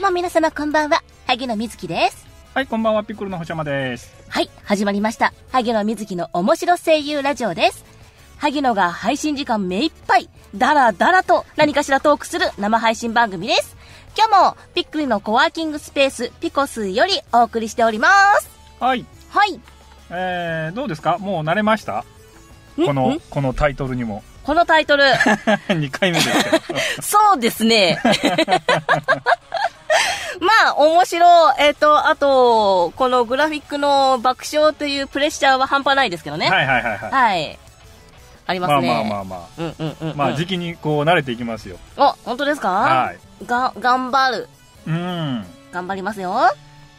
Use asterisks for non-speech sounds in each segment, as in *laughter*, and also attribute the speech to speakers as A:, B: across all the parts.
A: も皆様こんばんは、萩野瑞希です。
B: はい、こんばんは、ピッコロの星山です。
A: はい、始まりました。萩野瑞希の面白声優ラジオです。萩野が配信時間目いっぱい、だらだらと何かしらトークする生配信番組です。今日も、ピックリのコワーキングスペース、ピコスよりお送りしております。
B: はい、
A: はい。
B: えー、どうですかもう慣れましたこ
A: ん
B: の、このタイトルにも。 *laughs*
A: このタイ *laughs* トル、
B: 2回目ですけど。
A: そうです *laughs* ね。まあ、面白い。えっ、と、あと、このグラフィックの爆笑というプレッシャーは半端ないですけどね。
B: はいはいはいはい。
A: はい。ありま
B: まあ
A: すね。
B: まあまあま
A: うんうんうん、う
B: あ。
A: ん。
B: まあ、時期にこう慣れていきますよ。
A: お、本当ですか
B: は
A: が、頑張る。
B: い。うん。
A: 頑張りますよ。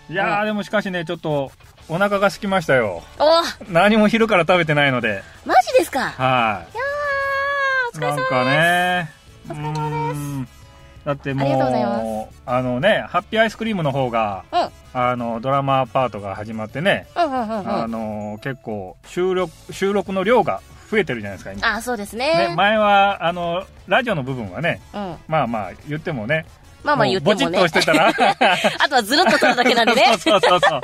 B: いや
A: う
B: ー、でもしかしね、ちょっと、お腹が空きましたよ。
A: お
B: 何も昼から食べてないので。
A: マジですか
B: はい。
A: いやー、お疲れ
B: な
A: 様で
B: ん
A: す。
B: かね。
A: お疲れ
B: 様です。だっても、
A: ありがとうございう
B: あのね、ハッピーアイスクリームの方が、
A: うん
B: あの、ドラマパートが始まってね、
A: うんうんうん
B: あ
A: うん。
B: の、結構、収録、収録の量が増えてるじゃないですか、今。
A: あ、そうです
B: ね
A: ね。、
B: 前は、あの、ラジオの部分はね、
A: うん。
B: まあまあ、言ってもね、
A: まあまあ
B: も
A: 言
B: う
A: って
B: ぼち
A: も
B: っ
A: ね
B: とし。てた
A: *laughs*
B: ら、
A: あとはずるっと取るだけなんでね。
B: *laughs* そうそうそうそ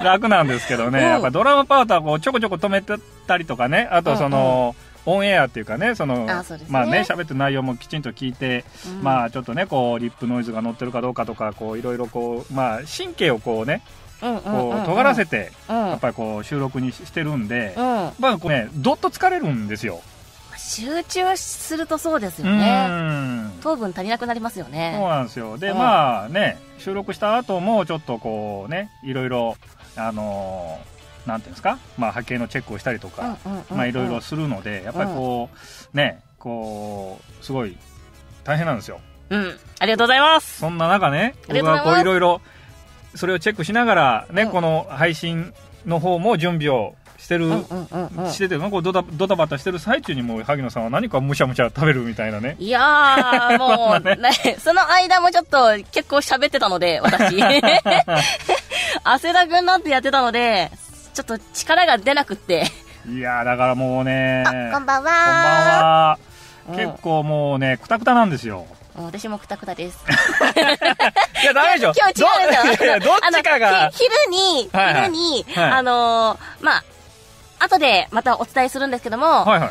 B: う。楽なんですけどね、
A: うん
B: やっぱドラマパートはこうちょこちょこ止めてたりとかね、あとその、オンエアっていうかね、その、
A: あそうですね
B: まあね、喋ってる内容もきちんと聞いて、
A: うん
B: まあちょっとね、こう、リップノイズが乗ってるかどうかとか、こう、いろいろこう、まあ、神経をこうね、
A: うんうんうん
B: こ
A: うん
B: う、尖らせて、
A: うん
B: やっぱりこう、収録にししてるんで、
A: うん。
B: まあこうね、どっと疲れるんですよ。
A: 集中するとそうです
B: う
A: よね。
B: ん。
A: 糖分足りなくなりますよ
B: そう
A: ね。
B: なんですよ。で、
A: うん
B: まあね、収録した後も、ちょっとこうね、いろいろ、あのーなんていうんですか、まあ、波形のチェックをしたりと
A: うんうん
B: か、
A: うんうん
B: まあ、いろいろするので、やっぱりこう、ね、こう、すごい大変なんですよ。
A: うん。ありがとうございます。
B: そんな中ね、
A: あり
B: 僕
A: がとうございます
B: はこう、いろいろ、それをチェックしながら、ね、
A: うん
B: この配信の方も準備をしてる、
A: うんうんうんうん。
B: してて、こうドタドタバタしてる最中にもう萩野さんは何かむしゃむしゃ食べるみたいなね
A: いや
B: *laughs*
A: ー、もう、ね、その間もちょっと結構喋ってたので、
B: *laughs*
A: 私。汗だくになってやってたので、ちょっと力が出なくって。
B: いやーだからもうね
A: ばん
B: こんばん
A: は。
B: は。
A: こ
B: 結構もうね、くたくたなんですよ。
A: 私もくたくたです。
B: いや、ダメでしょ。
A: 今日違うんで
B: *laughs*
A: すよ。
B: どどっち
A: あ
B: か
A: の
B: が
A: ひ。昼に、
B: はいはい
A: 昼に、
B: はい
A: あのーまあ、後でまたお伝えするんですけども、
B: はいはい。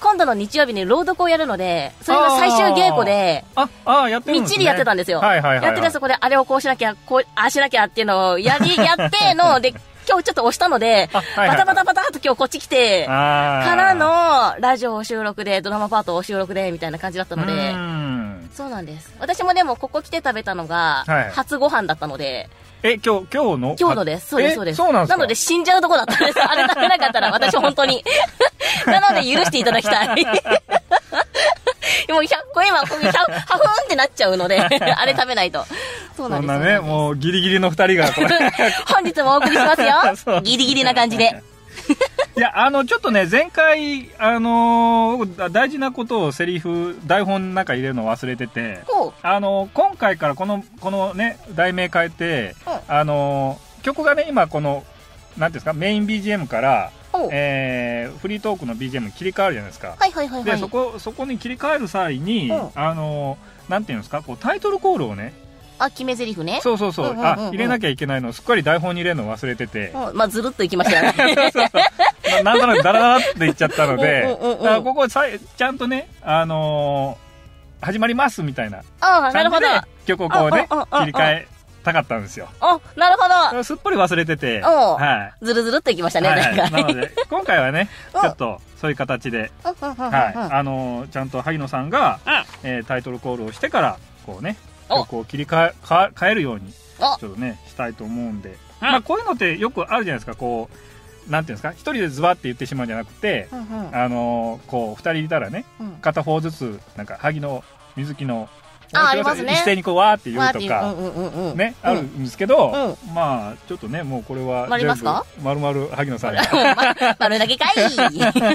A: 今度の日曜日に朗読をやるので、それの最終稽古で、
B: あ、あやってるん
A: み
B: で
A: っ
B: すね
A: ちりやってたんですよ。
B: はいはいはいはい。
A: やっててそこであれをこうしなきゃ、こう、ああしなきゃっていうのをやり、や
B: *laughs*
A: っての、で、今日ちょっと押したので、
B: あはい
A: バ
B: はい
A: タバタバタっと今日こっち来て、
B: あー
A: から、の、ラジオ収録で、ドラマパートを収録で、みたいな感じだったの
B: う
A: で、
B: ーん
A: そうなんです。私もでもここ来て食べたのが
B: はい、
A: 初ご飯だったので、
B: え、今日、今日の
A: 今日のです。そうです、
B: え
A: そうです。
B: そうなんですか
A: ので死んじゃうとこだったんです。あれ食べなかったら、私本当に。 *laughs* なので許していただきたい。 *laughs* もう100個今、ここ100、ハフーンってなっちゃうので、 *laughs* あれ食べないと。そうな
B: そ
A: んです。そう
B: んな
A: な
B: ね、
A: んです
B: もうギリギリの二人がこれ。
A: *laughs* 本日もお送りします
B: *laughs* そう
A: よ。ギリギリな感じ
B: *laughs*
A: で。
B: いや、あの、ちょっとね、前回、あのー僕大事なことをセリフ、台本の中入れるの忘れてて、
A: ほう。
B: あの今回からこのこのね題名変えて、
A: う
B: あの曲がね今このなんていうんですかメイン BGM から、
A: ほう。
B: えーフリートークの BGM に切り替わるじゃないですか、
A: はいはいはい
B: で
A: はい。
B: そこそこに切り替える際に、
A: うん
B: あのなんていうんですかこうタイトルコールをね
A: あ、決め台詞ね。
B: そうそうそう,、
A: うんうんうんうん
B: あ入れなきゃいけないのすっかり台本に入れるの忘れてて、 *laughs*
A: うんまあ、ずるっといきましたよね。
B: ななんとなくダラダラって言っちゃったので
A: うんうんうんうん
B: だからここさえちゃんとねあのー始まりますみたいな
A: ああ、なる
B: 感
A: ほ
B: じ
A: ど
B: で。曲をこうね
A: あああああ
B: 切り替えたかったんですよ
A: あ、なるほ
B: すっぽり忘れてて、
A: おう
B: は
A: ど。ずるずるっといきまし
B: い。
A: たね、
B: はい
A: な
B: は
A: ん
B: い、
A: か。
B: なので、今回はね、ち
A: うん
B: ょっと、そういう形で、はい、あのーちゃんと萩野さんが、えータイトルコールをしてから、こうね、
A: お
B: 曲を切り替えか変えるように、ち
A: お
B: ょっとね、したいと思うんで、
A: うん
B: まあ、こういうのってよくあるじゃないですか、こう、なんていうんですか、一人でズバって言ってしまうんじゃなくて、
A: うんうんうん
B: あのーこう、二人いたらね、
A: うん
B: 片方ずつ、なんか、萩野、水木の、
A: あありますね
B: 一斉にこう、わーって言
A: わー
B: う
A: って
B: と
A: いう
B: か、
A: うんうんうんうん
B: ね、あるんですけど、
A: う
B: まあちょっとねもうこれは
A: 丸いますか
B: まるまる萩野さんに
A: ま *laughs* 丸投げかい *laughs*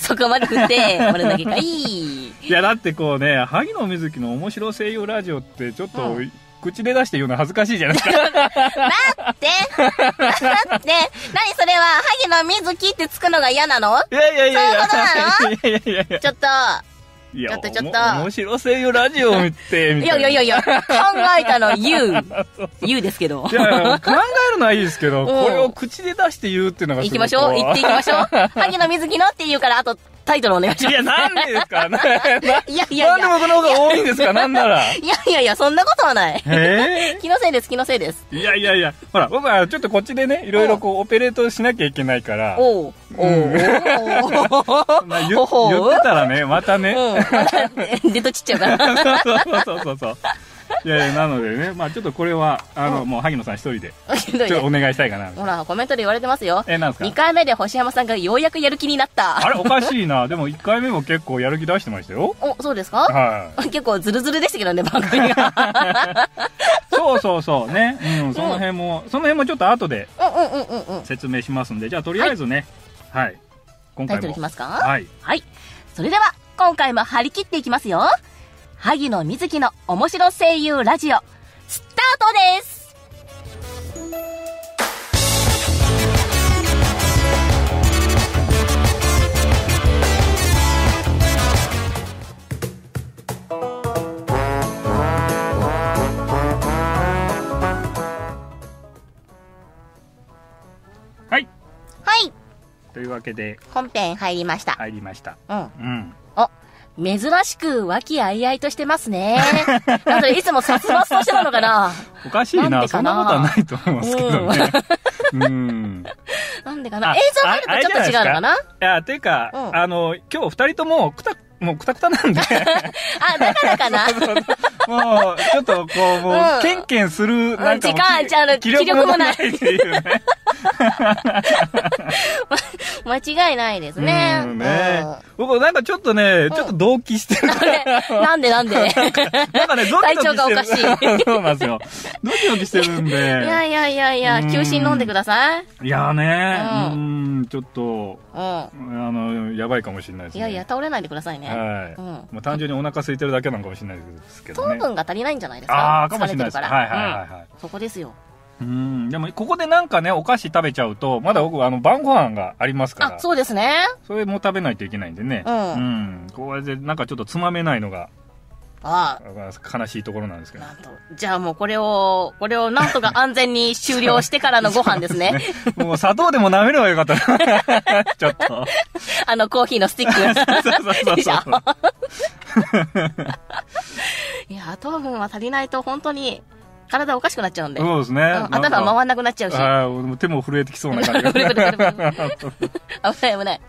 A: そこまで振って、丸投げかい
B: いやだってこうね萩野瑞希の面白声優ラジオってちょっと、
A: う
B: 口で出して言うの恥ずかしいじゃない
A: *laughs*
B: ですか。
A: だって、 *laughs* だって、何それは、萩野瑞希ってつくのが嫌なの
B: いやいやいやいや
A: そういうことな。
B: いやいやいやいや。
A: ちょっと、
B: いや
A: ちょっとちょっと
B: おも面白声優ラジオって、み
A: いや
B: たいな。
A: いやいやいや、考えた *laughs* の you。you ですけど
B: い。やいや考えるのはいいですけど、
A: ん
B: これを口で出して言うっていうのがす
A: 行
B: ご
A: き
B: い
A: ましょう。
B: こ
A: 行っていきましょう。萩野水木のって言うから、あとタイトルお願いしま
B: い
A: す。
B: や、なんでですかなななんで
A: *laughs* いやいやいや。
B: 僕の方が多いんですかなんなら。
A: いやいやいや、そんなことはない。
B: え
A: 気のせいです、気のせいです。
B: えいやいやいや、ほら、僕はちょっとこっちでね、いろいろこう、オペレートしなきゃいけないから、
A: おう。おう。おう。
B: まあ言言
A: ほほう
B: ってたらね、またね、
A: うん。まだ、 *laughs* 出とちっちゃうから。
B: *laughs* そうそうそうそう。いやいや、なのでね、まあちょっとこれは、あの、もう萩野さん一人で、
A: ひどい
B: ちょ
A: ね
B: っとお願いしたいかな。
A: ほら、コメントで言われてますよ。
B: え、なんです
A: 2
B: か
A: 回目で星山さんがようやくやる気になった。
B: あれ、おかしいな。でも1回 *laughs* 目も結構やる気出してましたよ。
A: お、そうですか
B: は
A: *laughs* 結構ズルズルでしたけどね、番組が。
B: い。そうそうそう、ね。うん、その辺も、その辺もちょっと後で
A: うんうんうんうんうん。
B: 説明しますんで、じゃあとりあえずね、はい。今
A: タイ
B: 回
A: トルいき
B: も。
A: ますか
B: はい。
A: はい。それでは、今回も張り切っていきますよ。萩野瑞希の面白声優ラジオ、スタートです
B: はい。
A: はい。
B: というわけで、
A: 本編入りました。
B: 入りました。
A: うん。
B: うん。
A: お、珍しく和気あいあいとしてますね。なんかいつも殺伐としてなのかな
B: おかしい
A: なん
B: な。
A: で
B: そ
A: か
B: ん
A: な
B: なことはないと思いますけどね。うん。
A: *laughs* なんでかな
B: あ
A: 映像があるとちょっと違うのかなあ
B: いや、ていうか、
A: うん
B: あの、今日二人とも、くた、もうくたくたな
A: *laughs*
B: んで、
A: だからかな
B: もう、ちょっと、こう、もう、
A: うん
B: ケンケンする、なんか
A: 時
B: もう、
A: 間ちゃう
B: 気力もないって
A: 気
B: いうね。
A: 間違いないですね。
B: うんね。僕、なんかちょっとね、ちょっと同期してる。
A: うん *laughs* なんでなんで
B: なんかね、ドキドキしてる。
A: 体調がお
B: かしい。 *laughs* そうなんですよ。ドキドキしてるんで。い
A: いやいやいやいや、
B: うん
A: 休止飲んでください。うん。
B: いやーね、
A: う
B: うーん、ちょっと、あの、やばいかもしれないです
A: い
B: ね。
A: やいや、倒れないでくださいね。
B: はい。
A: うん
B: *laughs* もう単純にお腹空いてるだけなのかもしれないですけど
A: 糖
B: ね。
A: 分が足りないんじゃないですか
B: ああ、かもしれないです。
A: 疲
B: は
A: て
B: い
A: る
B: は
A: か
B: い
A: ら
B: はいはい。
A: うんそこですよ。
B: うん、でも、ここでなんかね、お菓子食べちゃうと、まだ僕、あの、晩ご飯がありますから、
A: あ、
B: そ
A: そうですね。
B: れも食べないといけないんでね。
A: うん
B: うんこれで、なんかちょっとつまめないのが、
A: あ
B: まあ悲しいところなんですけ
A: あ、
B: ど。
A: なんと。じゃあもうこれを、これをなんとか安全に終了してからのご飯です
B: *laughs*
A: ね。
B: もう砂糖でも舐めればよかったな。 *laughs* ちょっと。
A: *laughs* あのコーヒーのスティック。
B: そうそうそうそう。
A: いや、糖分は足りないと本当に体おかしくなっちゃうんで。
B: そうですね。
A: うん
B: なんか
A: 頭回んなくなっちゃうし。 *laughs*
B: あーもう手も震えてきそうな感じが。
A: くるくるくるくる危ない危ない。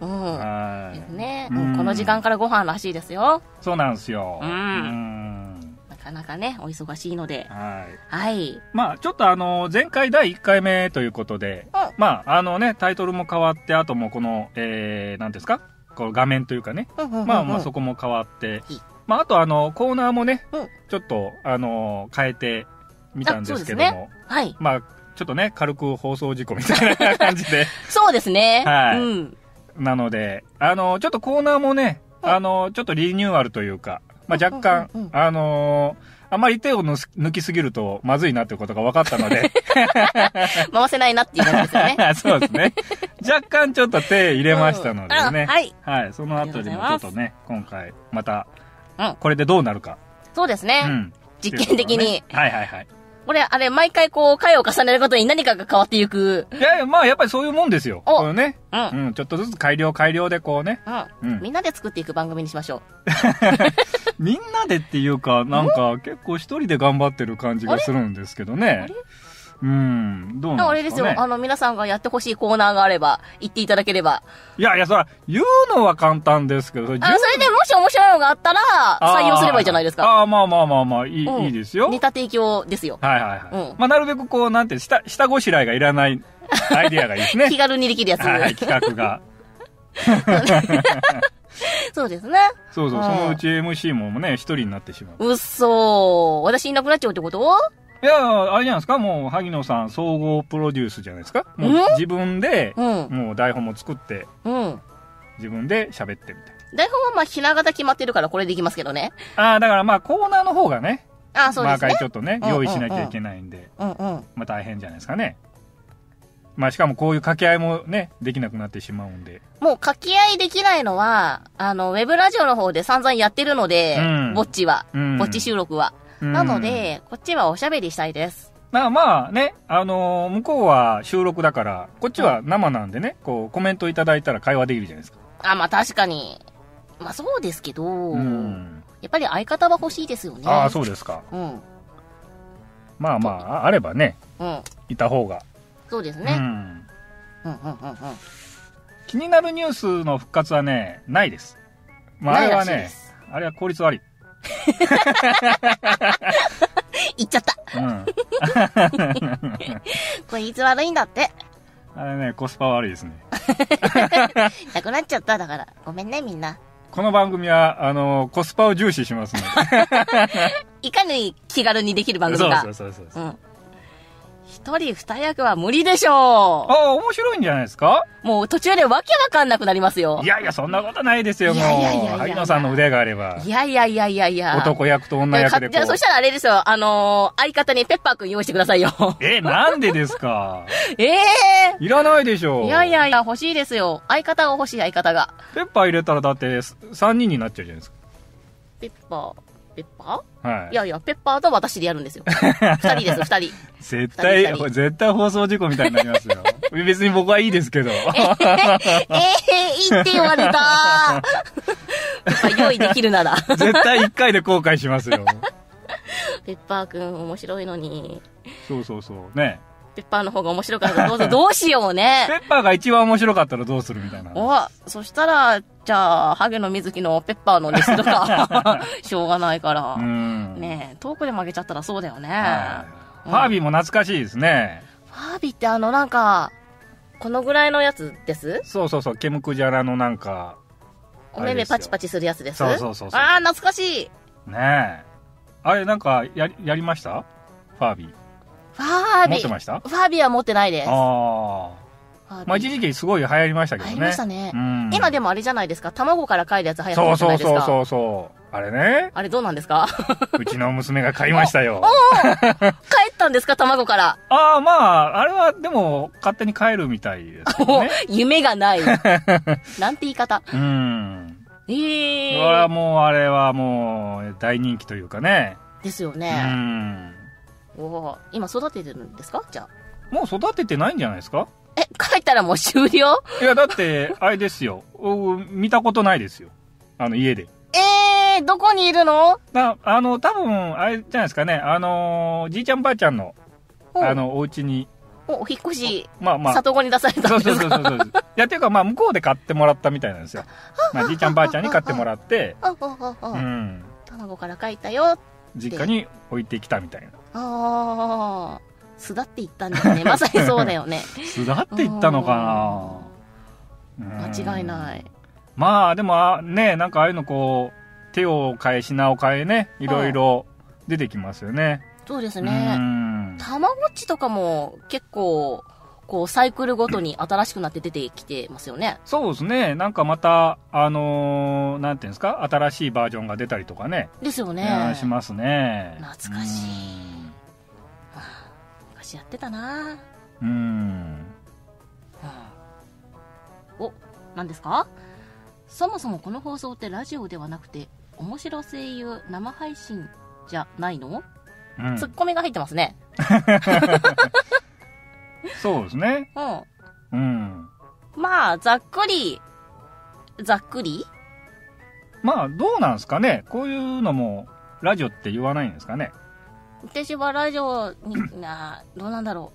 A: うん。
B: は
A: です
B: い
A: ね。
B: うん
A: もうこの時間からご飯らしいですよ。
B: そうなんですよ。
A: うん
B: うん
A: なかなかね、お忙しいので。
B: はい。
A: はい。
B: まあ、ちょっとあの、前回第1回目ということで、
A: う
B: まあ、あのね、タイトルも変わって、あともうこの、えー、なんていうんですかこの画面というかね。まあまあ、そこも変わって
A: いい。
B: まあ、あとあの、コーナーもね
A: うん、
B: ちょっと、あの、変えてみたんですけど
A: あ
B: も、
A: はい。
B: まあ、ちょっとね、軽く放送事故みたいな感じ
A: *laughs*
B: で、
A: そうですね。
B: はい
A: うん。
B: なので、あの、ちょっとコーナーもね、あの、ちょっとリニューアルというか、まあ、若干
A: うんうんう、ん
B: あのあまり手をぬす抜きすぎるとまずいなということが分かったので、
A: 回せないなっていう感じですよね。
B: *laughs* そうですね。若干ちょっと手入れましたので
A: うん
B: ね。
A: あはい。
B: はい。そのあたりもちょっとね、今回、また
A: うん、
B: これでどうなるか。
A: そうです
B: う
A: ね。
B: ん。
A: 実験的に。
B: はいはいはい。
A: これ、あれ、毎回こう、回を重ねることに何かが変わっていく。
B: いやいや、まあやっぱりそういうもんですよ。
A: お
B: これね。
A: うん。う。
B: うんん。ちょっとずつ改良改良でこうね。う
A: み
B: ん。
A: んなで作っていく番組にしましょう。
B: みんなでっていうか、なんか結構一人で頑張ってる感じがするんですけどね。うん。どう
A: あ
B: なん
A: れで
B: で
A: すす
B: か
A: よ
B: ね。。
A: あの、皆さんがやってほしいコーナーがあれば、言っていただければ。
B: いやいや、そら、言うのは簡単ですけど、それ
A: あの、それでもし面白いのがあったら、採用すればいいじゃないですか。
B: あーあー、まあまあまあまあ、いい
A: うん
B: いいですよ。
A: ネタ提供ですよ。
B: はいはいはい。
A: うん
B: まあ、なるべくこう、なんて、下、下ごしらえがいらないアイディアがいいで
A: *laughs*
B: すね
A: 気。軽にできるやつ。
B: はいはい、企画が。
A: そうですね。
B: そうそうう、
A: ん
B: そのうち MC もね、一人になってしまう。
A: うっそー。私いなくなっちゃうってこと
B: いや、あれじゃないですか、もう、萩野さん総合プロデュースじゃないですか。もう
A: うん、
B: 自分で
A: う、ん。
B: もう台本も作って、
A: うん。
B: 自分で喋ってみたい
A: 台本はまあ、ひな形決まってるからこれでいきますけどね。
B: な。ああ、だからまあ、コーナーの方がね、
A: あ、そうで
B: 毎
A: すね
B: 回。ちょっとね、
A: うんうんうん
B: 用意しなきゃいけないんで、
A: うんうん。
B: まあ大変じゃないですかね。まあしかもこういう掛け合いもね、できなくなってしまうんで。
A: もう掛け合いできないのは、あの、ウェブラジオの方で散々やってるので、
B: うん
A: ぼっちは、
B: うん
A: ぼっち収録は。
B: うん
A: なので、こっちはおしゃべりしたいです。
B: まあまあね、あのー向こうは収録だから、こっちは生なんでね、こうコメントいただいたら会話できるじゃないですか。
A: あ、まあ確かに。まあそうですけど、
B: うん。
A: やっぱり相方は欲しいですよね。
B: ああ、そうですか。
A: う。うん。
B: まあまあ、ああればね、
A: うん。
B: いた方が。
A: そうです
B: う
A: ね。
B: ん。
A: うん、うん、うん、うん。
B: 気になるニュースの復活はね、ないです。まああ
A: ない
B: れ
A: ら
B: は
A: しいで
B: ね
A: す、
B: あれは効率悪い。
A: 言っちゃった。 *laughs*
B: うん。
A: これいつ悪いんだって。
B: あれね、コスパ悪いですね。
A: なくなっちゃった。だから、ごめんね、みんな。
B: この番組は、あのーコスパを重視
A: *laughs*
B: しますの
A: いかに気軽にできる番
B: で。
A: 組だ。
B: そうそうそうそう。
A: うん。一人二役は無理でしょ
B: ああ、面白いんじゃないですか
A: う。もう途中でわけわかんなくなりますよ
B: い。やいや、そんなことないですよ、もう。
A: いやいやいやいや
B: 萩野さんの腕があれば
A: い。やいやいやいやいや。
B: 男役と女役
A: か
B: でこ
A: じゃあそうし。たらあれですよ。あのー、相方にペッパーくん用意してくだ
B: *laughs*
A: さいよ。
B: え、なんでですか
A: ええ
B: いらないでしょ
A: いやい。やいや、欲しいですよ。相方が欲しい、相方が。
B: ペッパー入れたらだって3人になっちゃうじゃないです
A: ペッパー、ペッパ
B: か。は
A: ーい
B: い。
A: やいや、ペッパーと私でやるんですよ。
B: *laughs*
A: 二人です、二人。
B: 絶
A: 二
B: 対、
A: 人二人
B: 絶対放送事故みたいになりますよ。別に僕はいいです
A: *laughs*
B: けど。
A: ええいいって言われた。ペッパー用意できるなら。
B: 絶対1回で後悔しますよ。
A: ペッパーくん面白いのに。
B: そうそうそう。ね。
A: ペッパーの方が面白かったらどう
B: *laughs*
A: ぞ、どうしようね
B: ペ。ッパーが一番面白かったらどうするみたいな。
A: おそしたら、じゃあ、ハゲの水木のペッパーのですと
B: *laughs*
A: か、しょうがないから
B: う。ん。
A: ねえ、トークで負けちゃったらそうだよね。
B: はい。ファービーも懐かしいですね。
A: ファービーってあのなんか、このぐらいのやつです
B: そうそうそう、ケムクジャラのなんか、
A: お目目パチパチするやつです
B: そうそうそうそう
A: ああ、懐かしい
B: ねえ。あれ、なんか、やり、やりましたファービー。
A: ファービ
B: 持
A: ー
B: ってましたあ
A: ファービーは持ってないです。
B: あ
A: ファービ
B: ー。
A: ー
B: まあ、一時期すごい流行りましたけどね。
A: 流行りましたね
B: うん。
A: 今でもあれじゃないですか、卵からかえるやつ流行って
B: そ
A: る
B: う
A: じゃないう
B: そ
A: ですか。
B: そうそうそう。あ
A: *laughs*
B: れね、
A: あれどうなんですか
B: うちの娘が買いましたよ。
A: 帰ったんですか、卵から。
B: ああ、まあ、あれはでも、勝手に買えるみたいですけ
A: も
B: ど
A: う、
B: ね。
A: *laughs* 夢が
B: *laughs*
A: ない。なんて言い方。
B: うん。こ
A: ええ
B: れはもう、あれはもう、大人気というかね。
A: ですよ
B: う
A: ね。
B: ん。
A: おー今育ててるんですかじゃあ。
B: もう育ててないんじゃないですか
A: え、帰ったらもう終了
B: いや、だって、あれですよ。お見たことないですよ。あの、家で。
A: ええー、どこにいるの
B: なあの多分あれじゃないですかねあのーじいちゃんばあちゃんの
A: お
B: あのお家に
A: おお引っ越し、
B: まあまあ
A: 里子に出された
B: そ
A: ん
B: う
A: で
B: そ
A: す
B: うそう
A: か
B: そうそういやっていうかまあ向こうで買ってもらったみたいなんですよ、まあ、じいちゃんばあちゃんに買ってもらって
A: あああ
B: う
A: あ
B: ん
A: 卵から書いたよ
B: 実家に置いてきたみたいな
A: ああ巣立っていったんです
B: *laughs*
A: ねまさにそうだよね
B: 巣立っていったのかな
A: 間違いないい
B: まあでもあねなんかああいうのこう手を変え品を変えねいろいろ出てきますよね
A: そうです
B: う
A: ね
B: ん
A: たまごっちとかも結構こうサイクルごとに新しくなって出てきてますよね
B: そうですね。なんかまた、あのーなんていうんですか、新しいバージョンが出たりとかね、
A: ですよ
B: いやー
A: ね
B: しますね。
A: 懐かしいう昔やってたな
B: ーん。うーん。
A: お何ですかそもそもこの放送ってラジオではなくて面白声優生配信じゃないの、
B: うん
A: ツッコミが入ってますね
B: そうですね。
A: うん
B: うん。
A: まあざっくりざっくり
B: まあ、どうなんですかね。こういうのも、ラジオって言わないんですかね。
A: 私はラジオになあどうなんだろ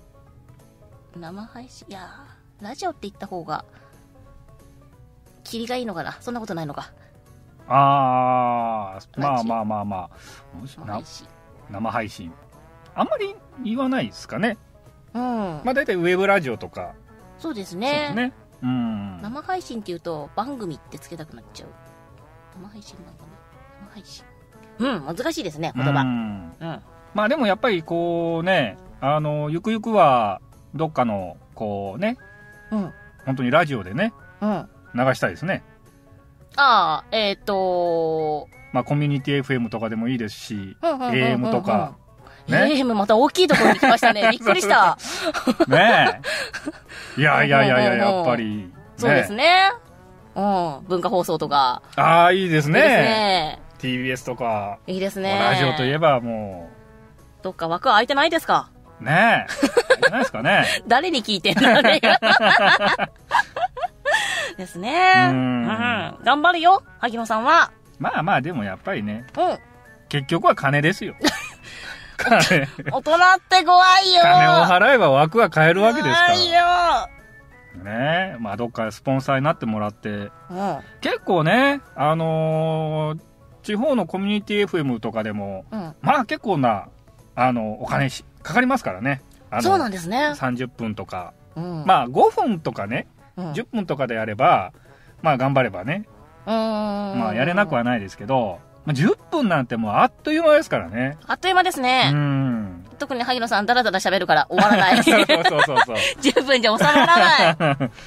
A: う生配信いやーラジオって言った方がキリがいいのかなそんなことないのか
B: あー、ま
A: ラ
B: あ
A: ジオ
B: まあまあまあ。もし
A: 生
B: な
A: 配信
B: 生配信。あんまり言わないですかね。
A: うん、
B: まあ、大体ウェブラジオとか。
A: そうです
B: そうで
A: ね
B: すね。うん。
A: 生配信っていうと番組ってつけたくなっちゃう生配信番組生配信うん難しいですね言
B: う
A: 葉
B: ん
A: うん、
B: まあでもやっぱりこうね、あの、ゆくゆくは、どっかの、こうね、
A: うん
B: 本当にラジオでね、
A: うん、あ
B: 流したいですね。
A: あえっ、ー、と
B: まあコミュニティ FM とかでもいいですし、
A: うんうんうんうんうん
B: AM とか、ね *laughs*
A: AM また大きいところに来ましたねびっくりした
B: ねいやいやいやい
A: う
B: や、
A: んうんうん
B: やっぱり、ね。
A: そうです。ね。うん。文化放送とか。
B: ああ、いいです
A: いいです
B: ね。
A: ね。
B: TBS とか、
A: いいです
B: もう
A: ね。
B: ラジオといえばも
A: どっか枠は空いてないですか
B: う、ねえ。じゃないですかね。
A: *laughs* 誰に聞いてんだ
B: *laughs*
A: あれですね。
B: う
A: うんん。頑張るよ、萩野さんは。
B: まあまあ、でもやっぱりね、
A: うん。
B: 結局は金で
A: *laughs*
B: すよ。金、
A: 大人って怖いよ
B: 金を払えば枠は買えるわけですか
A: 怖いよ
B: ら。ねえ。まあ、どっかスポンサーになってもらって、
A: うん。
B: 結構ね、あのー地方のコミュニティ FM とかでも、
A: うん。
B: まあ結構な、あの、お金しかかりますからね。あの
A: そうなんですね。
B: 30分とか。
A: うん。
B: まあ5分とかね、
A: あ、
B: 10分とかでやれば、まあ頑張ればね、
A: ま
B: まあやれなくはないですけど、まあ、10分なんてもうあっという間ですからね。
A: あっという間です
B: う
A: ね。
B: ん。
A: 特に萩野さん、だらだら喋るから終わらな
B: *laughs*
A: い。
B: そうそうそう
A: *laughs*
B: そう。し
A: 10分じゃ収まらない。
B: *laughs*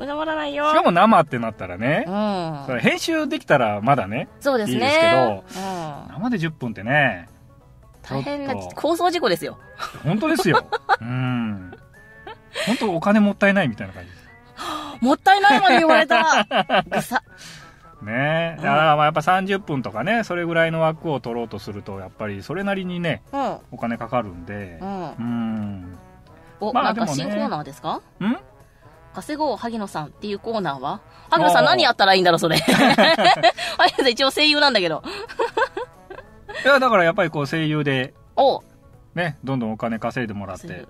A: 収まらないよ。
B: かも生ってなったらね、そうれ
A: ん。
B: 編集できたらまだね、
A: そうですね。
B: いいですけ
A: う
B: ど
A: ん、
B: 生で10分ってね、
A: 大変な
B: ちょっと
A: 構想事故ですよ。
B: 本当で
A: *laughs*
B: すよ。うん。本当お金もったいないみたいな感じです。
A: もったいないまで言われた。 *laughs* ぐさ。
B: ね
A: う
B: え。
A: ん
B: だからまあやっぱ30分とかね、それぐらいの枠を取ろうとすると、やっぱりそれなりにね、
A: うん。
B: お金かかるんで
A: う、ん。
B: うん。
A: お、
B: まあ
A: なんか
B: でもね
A: 新コーナーですか
B: ん
A: 稼ごう、萩野さんっていうコーナーは萩野さ
B: お
A: ん
B: ー
A: 何やったらいいんだろう、それ。 *laughs* 萩野さん一応声優なんだけど。
B: いや、だからやっぱりこう声優で、
A: おう
B: ね、どんどんお金稼いでもらっ
A: 声
B: て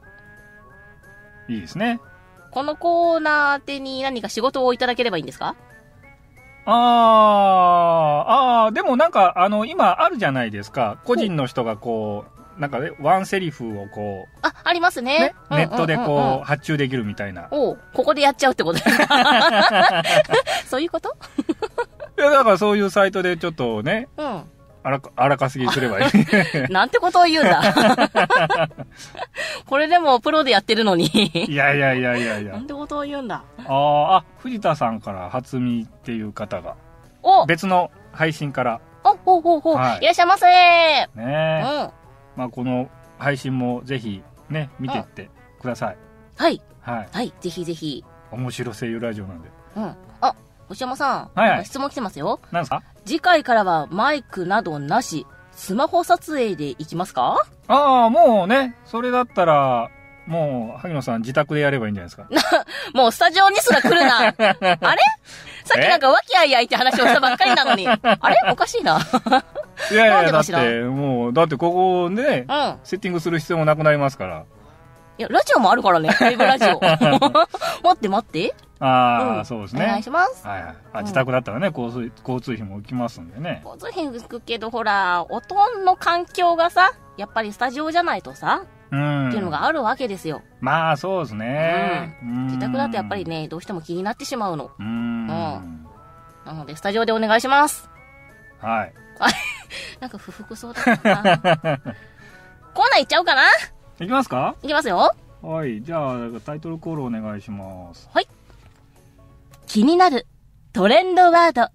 A: 優、
B: いいですね。
A: このコーナー宛てに何か仕事をいただければいいんですか
B: あー、あー、でもなんか、あの、今あるじゃないですか。個人の人がこう、なんかね、ワンセリフをこ
A: あ、あります
B: う、ね
A: ね。、うん
B: ネットで
A: うんうんうん
B: こう、発注できるみたいな。
A: おうここでやっちゃうって *laughs* ことですかそういうこと
B: いや、だからそういうサイトでちょっとね、
A: うん。
B: あらか、あらかすぎす
A: *laughs*
B: ればいい。
A: なんてことを言うんだ。 *laughs* これでもプロでやってるのに。
B: いやいやいやいやい
A: な
B: や
A: ん。てことを言うんだ。
B: あーあ、藤田さんから初見っていう方が、
A: おお
B: 別の配信から、
A: おおおお、
B: はい
A: いらっしゃいませう
B: ね、
A: ん。
B: まあこの配信もぜひね、見てってください。
A: はい。
B: はい。
A: はい、ぜひぜひ。
B: 面白声優ラジオなんで。
A: うん。あ、星山さん。
B: はいはい
A: なんか質問来てますよ。
B: なんですか
A: 次回からはマイクなどなし、スマホ撮影で行きますか
B: ああ、もうね、それだったら、もう、萩野さん自宅でやればいいんじゃないですか。
A: もうスタジオにすら来る
B: *laughs*
A: な。あれさっきなんか和気あいあいって話をしたばっかりなのに。あれおかしいな。
B: いやいや
A: なん
B: い
A: で
B: や、だ
A: か
B: っ
A: しら
B: て、もう、だってここでね、
A: うん。
B: セッティングする必要もなくなりますから。
A: いや、ラジオもあるからね。ウェブラジ
B: *laughs*
A: オ。待って待って。
B: ああ、
A: ん
B: そうです
A: お願い
B: ね
A: し。ます。
B: はいはい。あ、
A: うん
B: 自宅だったらね、交通交通費も浮きますんでね。
A: 交通費浮くけど、ほら、おとんの環境がさ、やっぱりスタジオじゃないとさ、
B: うん。
A: っていうのがあるわけですよ。
B: まあ、そうですね。うん
A: 自宅だとやっぱり。ね、どうしても気になってしまうの。
B: うー
A: う
B: ん。
A: んなので、スタジオでお願いします。
B: はい。
A: なんか不服そうだった *laughs* な。コーナー行っちゃおうかない
B: きますか
A: いきますよ。
B: はい。じゃあ、タイトルコールお願いします。
A: 気になるトレンドワード。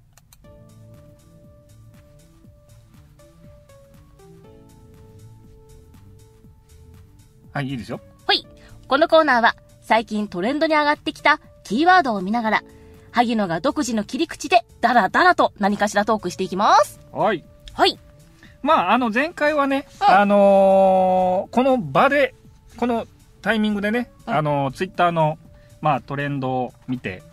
B: はい、いいですよ。
A: ほい。このコーナーは最近トレンドに上がってきたキーワードを見ながら、萩野が独自の切り口でダラダラと何かしらトークしていきます。
B: はい。
A: はい。
B: まあ、あの、前回はね、
A: うん
B: あのーこの場で、このタイミングでね、
A: うん
B: あのツイッター Twitter の、まあ、トレンドを見て、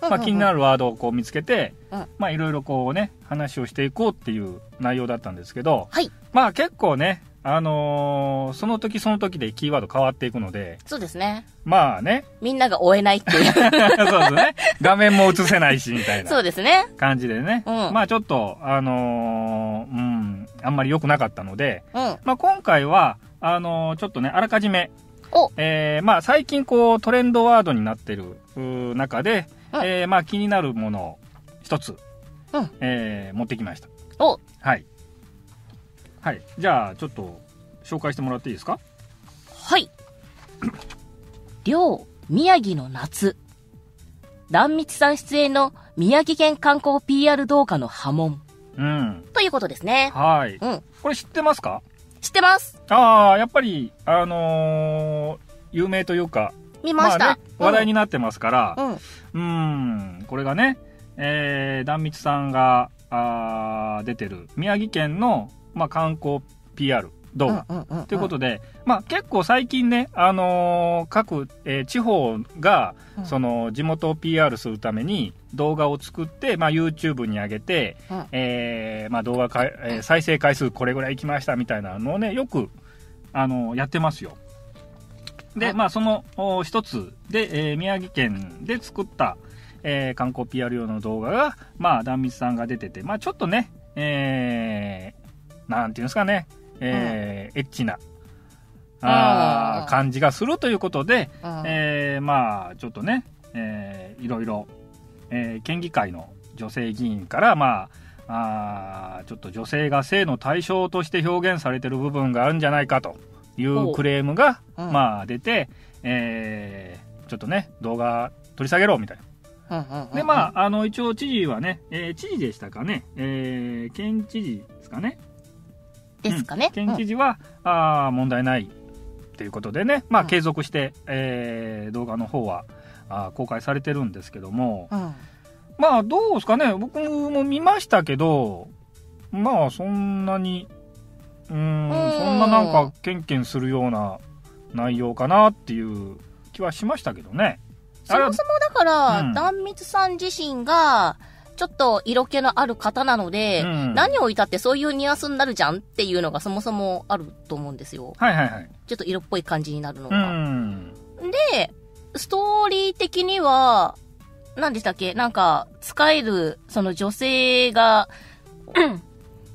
B: まあ、気にな
A: る。
B: るワードをこう見つけて、
A: うん
B: まあ、いろいろこうね、話をしていこうっていう内容だったんですけど、
A: はい。
B: まあ、結構ね、あのーその時その時でキーワード変わっていくので、
A: そうですね。
B: まあね、
A: みんなが追えないっていう。
B: そうですね、画面も映せないし、みた
A: *laughs*
B: い
A: そ
B: な
A: うですね。
B: 感じでね、
A: うん
B: まあ、ちょっと、あのーうん、あんまり良くなかったので、
A: うん。
B: まあ、今回は、あのーちょっとね、あらかじめ、
A: お
B: えーまあ、最近こう、トレンドワードになってるうー中で、
A: はい
B: えーまあ、気になるものを一つ、
A: うん
B: えー持ってきました。
A: お
B: はい。はい。じゃあ、ちょっと、紹介してもらっていいですか
A: はい。両宮城の夏。壇蜜さん出演の宮城県観光 PR 動画の波紋。
B: うん。
A: ということですね。
B: はい。
A: うん。
B: これ知ってますか
A: 知ってます。
B: ああ、やっぱり、あのー有名というか、
A: 見ました。
B: あね、話題
A: に。
B: になってますから、
A: うん。
B: うーん、これがね、えー、壇蜜さんが、あー出てる、宮城県の、まあ、観光 PR 動画。
A: うんうんうん。
B: ということで、まあ、結構最近ね、あのー各、えー地方が、
A: うん
B: その地元を PR するために動画を作って、まあ、YouTube に上げて、
A: うん
B: えーまあ、動画か、えー再生回数これぐらいいきましたみたいなのをねよく、あのーやってますよ。
A: は
B: で、
A: い
B: まあ、そのお一つで、えー宮城県で作った、えー観光 PR 用の動画が、まあ、壇蜜さんが出てて、まあ、ちょっとね、えー、なんていうんですかね、えーエッチな、あ
A: あ
B: ー
A: ー
B: 感じがするということで、
A: うん
B: えーまあ、ちょっとね、えーいろいろ、えー県議会の女性議員から、まあ、あーちょっと女性が性の対象として表現されてる部分があるんじゃないかとい
A: ほ
B: う
A: う
B: クレームが、
A: うん
B: まあ、出て、えーちょっとね、動画取り下げろみたいな。
A: うんうんうん
B: で、まあ、あの、一応知事はね、えー知事でしたかね、えー県知事ですかね、
A: ですかね。
B: 県知事は、あー問題ないということでね、まあ、継続して、えー動画の方はあー公開されてるんですけども、
A: うんうん
B: まあどうですかね僕も見ましたけどまあそんなにうーん
A: うん
B: そんななんかケンケンするような内容かなっていう気はしましたけどね。
A: そ
B: れは
A: もそもだから、
B: うん
A: 壇蜜さん自身が、ちょっと色気のある方なので、
B: うん
A: 何をいたってそういうニュアンスになるじゃんっていうのがそもそもあると思うんですよ。
B: はいはいはい。
A: ちょっと色っぽい感じになるの
B: う
A: が。
B: ん。
A: で、ストーリー的には、何でしたっけなんか、使える、その女性
B: *clears throat*
A: が、うん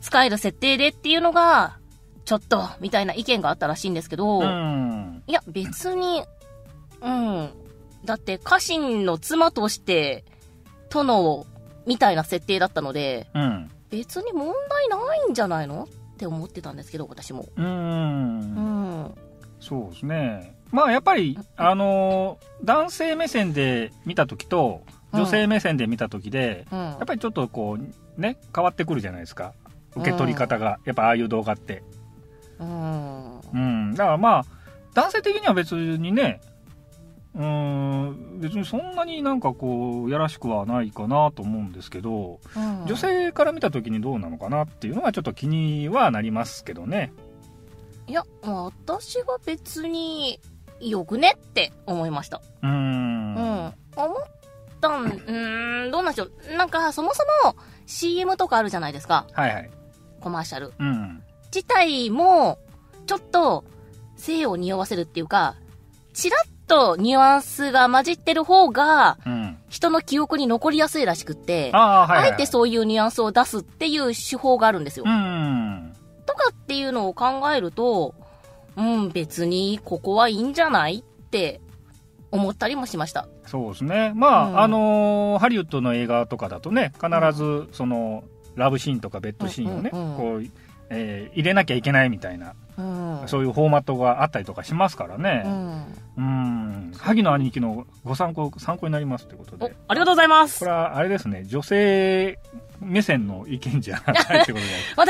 A: 使える設定でっていうのが、ちょっと、みたいな意見があったらしいんですけど、
B: うん。
A: いや、別に、うん。だって、家臣の妻として、殿を、みたいな設定だったので、
B: うん。
A: 別に問題ないんじゃないのって思ってたんですけど、私も。う
B: う。
A: んん。うん。
B: そうですね。まあやっぱり、あのー男性目線で見た時と、女性目線で見た時で、やっぱりちょっとこう、ね、変わってくるじゃないですか。受け取り方が、やっぱああいう動画って。
A: うん。
B: うん。だからまあ、男性的には別にね、うーん、別にそんなになんかこう、やらしくはないかなと思うんですけど、
A: うん
B: 女性から見た時にどうなのかなっていうのはちょっと気にはなりますけどね。
A: いや、まあ私は別に、よくねって思いました。
B: うーん。
A: うん。
B: は
A: 思ったん、うーん、どうなんでしょう。なんか、そもそも、CM とかあるじゃないですか。
B: いはい。
A: コマーシャル。
B: うん。
A: 自体も、ちょっと、性を匂わせるっていうか、ちらっとニュアンスが混じってる方が、
B: うん。
A: 人の記憶に残りやすいらしくって、あ,、
B: ああー、はい、はいは
A: え
B: い。
A: てそういうニュアンスを出すっていう手法があるんですよ。
B: うん。
A: とかっていうのを考えると、うん、別にここはいいんじゃないって思ったりもしました。
B: そうですね。まあ、
A: うん
B: あのーハリウッドの映画とかだとね、必ず、その、ラブシーンとかベッドシーンをね、
A: うんうんうん
B: こう、えー入れなきゃいけないみたいな、
A: うん。
B: そういうフォーマットがあったりとかしますから
A: う
B: ね。
A: ん。
B: うん。萩野兄貴のご参考、参考になりますということ
A: お
B: で。、
A: ありがとうございま
B: こ
A: す
B: れ。は、あれですね、女性目線の意見じゃないってことで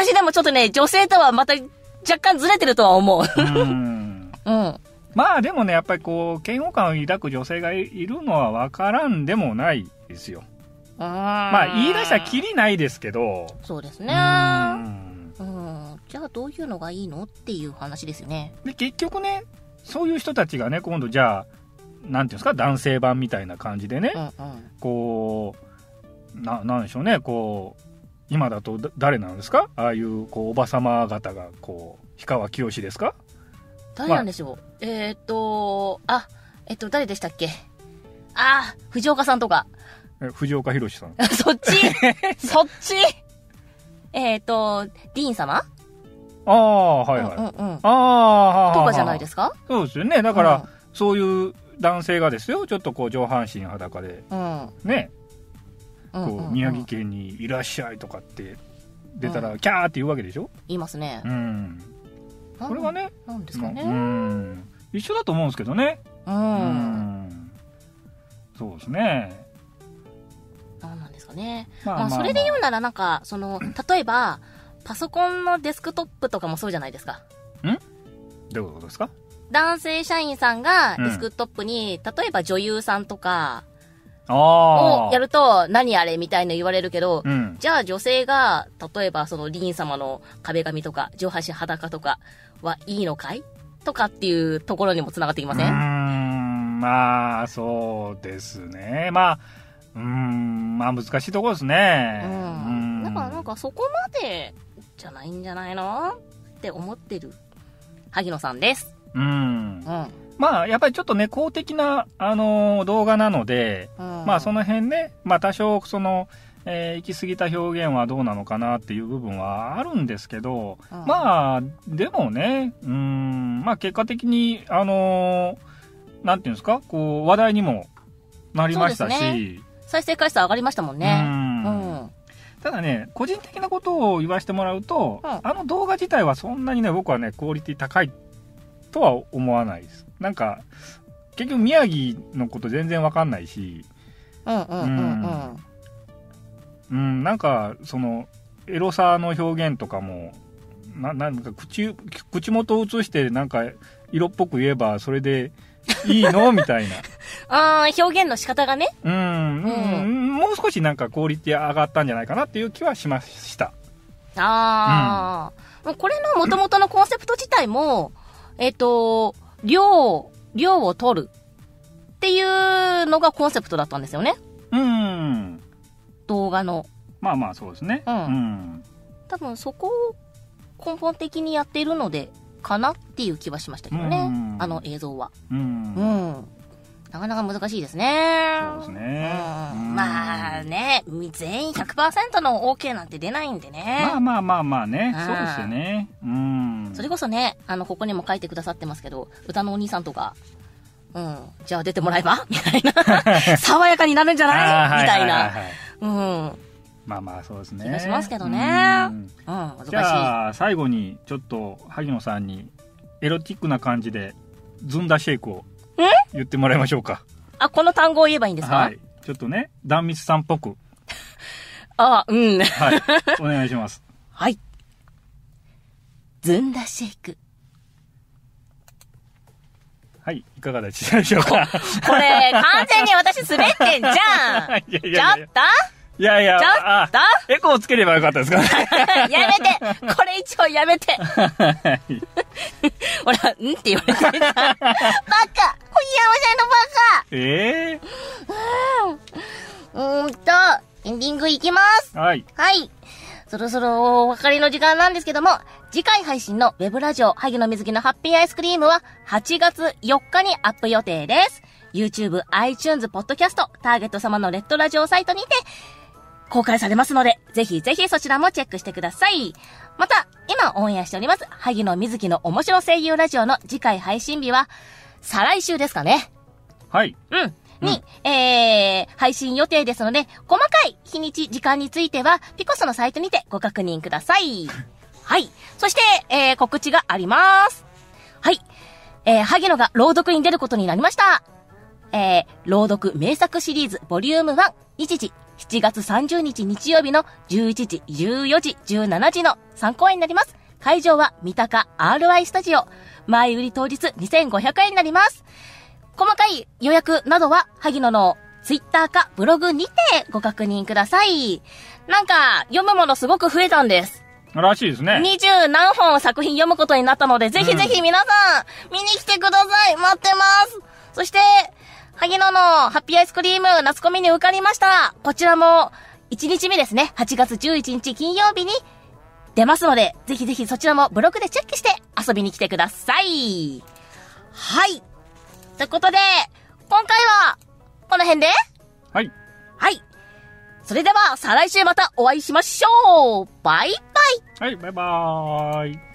A: 私でもちょっとね、女性とはまた若干ずれてるとは思う。 *laughs*
B: うん。
A: うん。
B: まあでもね、やっぱりこう、嫌悪感を抱く女性がいいるのは分からんでもないですよ。ま
A: ま
B: あ言い出したらキリないですけど、
A: そうです
B: う
A: ね。
B: ん
A: うん。じゃあどういうのがいいのっていう話ですよね。
B: で結局ねそういう人たちがね今度じゃあなんていうんですか男性版みたいな感じでね、
A: うんうん。
B: こうななんでしょうねこう今だとだ誰なんですかああいうこうおばさま方がこう氷川きよしですか
A: 誰なんでしょう、えーっと、あ、えっと、誰でしたっけあー、藤岡さんとか。
B: え藤岡弘さん
A: *laughs* そっ
B: *laughs*
A: ちそっちえーっと、ディーン様
B: ああはいはい、
A: うんう
B: あ
A: んうん。と
B: あ
A: かじゃないですすか
B: そうですよねだから、、そういう男性がですよちょっとこう上半身裸で
A: うん。うん
B: ね
A: うん
B: こ
A: うん
B: う宮城県にいらっしゃいとかって出たらキャーって言うわけでしょ、
A: 言いますね
B: う。ん、これはね
A: なん。なんですか
B: う
A: ね。
B: ん、一緒だと思うんですけどね、
A: う。
B: うんそうですね、
A: なんなんですかね。
B: ま
A: まあ、それで言うならなんか、その、例えば、パソコンのデスクトップとかもそうじゃないですか。
B: どういうことですか
A: 男性社員さんが
B: うん
A: デスクトップに、例えば女優さんとか
B: あ
A: を
B: あ。
A: やると、何あれみたいな言われるけど、
B: うん。
A: じゃあ女性が、例えばそのリン様の壁紙とか、上半身裸とかはいいのかいとかっていうところにも繋がってきませ
B: うー
A: ん
B: ん、まあ、そうですね。まあ、うーん、まあ難しいところですね。
A: うん。だからなん
B: か。
A: かそこまでじゃないんじゃないのって思ってる萩野さんです。
B: うん
A: う。ん。うん、
B: まあ、やっぱりちょっとね、公的な、あのー動画なので、まあその辺ね、まあ多少その、えー行き過ぎた表現はどうなのかなっていう部分はあるんですけど、
A: うん、あ、
B: まあ、でもね、うーん、まあ結果的に、あのーなんていうんですか、こう、話題にもなりました
A: そうです
B: し、
A: 再生回数上がりましたもんね。
B: う
A: うんん。
B: ただね、個人的なことを言わせてもらうと、
A: うん
B: あの動画自体はそんなにね、僕はね、クオリティ高いとは思わないです。なんか、結局宮城のこと全然わかんないし、
A: うんうんうんうん。
B: うん、なんかそのエロさの表現とかもななんか口口元を映してなんか色っぽく言えばそれでいい
A: *laughs*
B: のみたいな
A: ああ、表現の仕方がね。
B: うん、うんもう少しなんかクオリティ上がったんじゃないかなっていう気はしました
A: ああ、もうこれの元々のコンセプト自体も、えっ、と、量、量を取るっていうのがコンセプトだったんですよね。
B: うん
A: 動画の。
B: まあまあそうですね
A: うん
B: ん
A: 多分そこを根本的にやってるので、かなっていう気はしましたけど
B: う
A: ね
B: ん。
A: あの映像は。
B: うん
A: うん。なかなか難しいですね。
B: そうですね
A: うん
B: うん
A: まあね、全員100%の OK なんて出ないんでね。
B: まあまあまあまあね
A: うん
B: そうですよねうん
A: それこそね、あの、ここにも書いてくださってますけど、歌のお兄さんとか、うん、じゃあ出てもらえ
B: *laughs*
A: ばみたいな。爽やかになるんじゃ
B: あー
A: ないみたい
B: はは
A: な。
B: はは
A: うん。
B: まあまあそうですね
A: 気がしますけどね
B: うん
A: うん、難しい。
B: じゃあ最後にちょっと萩野さんにエロティックな感じでずんだシェイクを
A: え
B: 言ってもらいましょうか
A: あ、この単語を言えばいいんですか、
B: はいちょっとね壇蜜さんっぽく
A: あ、うん。
B: はいお願いします
A: はい。ずんだシェイク。
B: はいいかがでしたでしょうか
A: これ、完全に私滑ってんじゃんち
B: *laughs* いやい
A: ょ
B: やい
A: っと
B: やいやいや
A: ちょっ
B: あ
A: と
B: エコーつければよかったですかね
A: *laughs* やめてこれ一応やめ *laughs* て
B: はい
A: ほら、んって言われてるじゃん。バカほいやおじゃ
B: ええ
A: のバカうーんと、エンディングいきます
B: はい
A: はい。そろそろお別れの時間なんですけども、次回配信のウェブラジオ、萩野水着のハッピーアイスクリームは8月4日にアップ予定です。YouTube、iTunes、Podcast、ターゲット様のレッドラジオサイトにて公開されますので、ぜひぜひそちらもチェックしてください。また、今オンエアしております、萩野水着の面白声優ラジオの次回配信日は、再来週ですかね。
B: はい
A: うん。に、えー、配信予定ですので、細かい日にち、時間については、ピコスのサイトにてご確認くださ *laughs* い。はい。そして、えー、告知があります。はい。えー、萩野が朗読に出ることになりました。えー、朗読名作シリーズボリューム1、日時、7月30日日曜日の11時、14時、17時の参考演になります。会場は三鷹 RI スタジオ。前売り当日2500円になります。細かい予約などは、萩野のツイッターかブログにてご確認ください。なんか、読むものすごく増えたんです。
B: らしいですね
A: 二十何本作品読むことになったので、ぜひぜひ皆さん、見に来てください待ってますそして、萩野のハッピーアイスクリーム、夏コミに受かりましたこちらも、1日目ですね、8月11日金曜日に出ますので、ぜひぜひそちらもブログでチェックして遊びに来てくださいはいということで、今回は、この辺で
B: はい
A: はいそれでは、再来週またお会いしましょうバイバイ
B: はいバイバーイ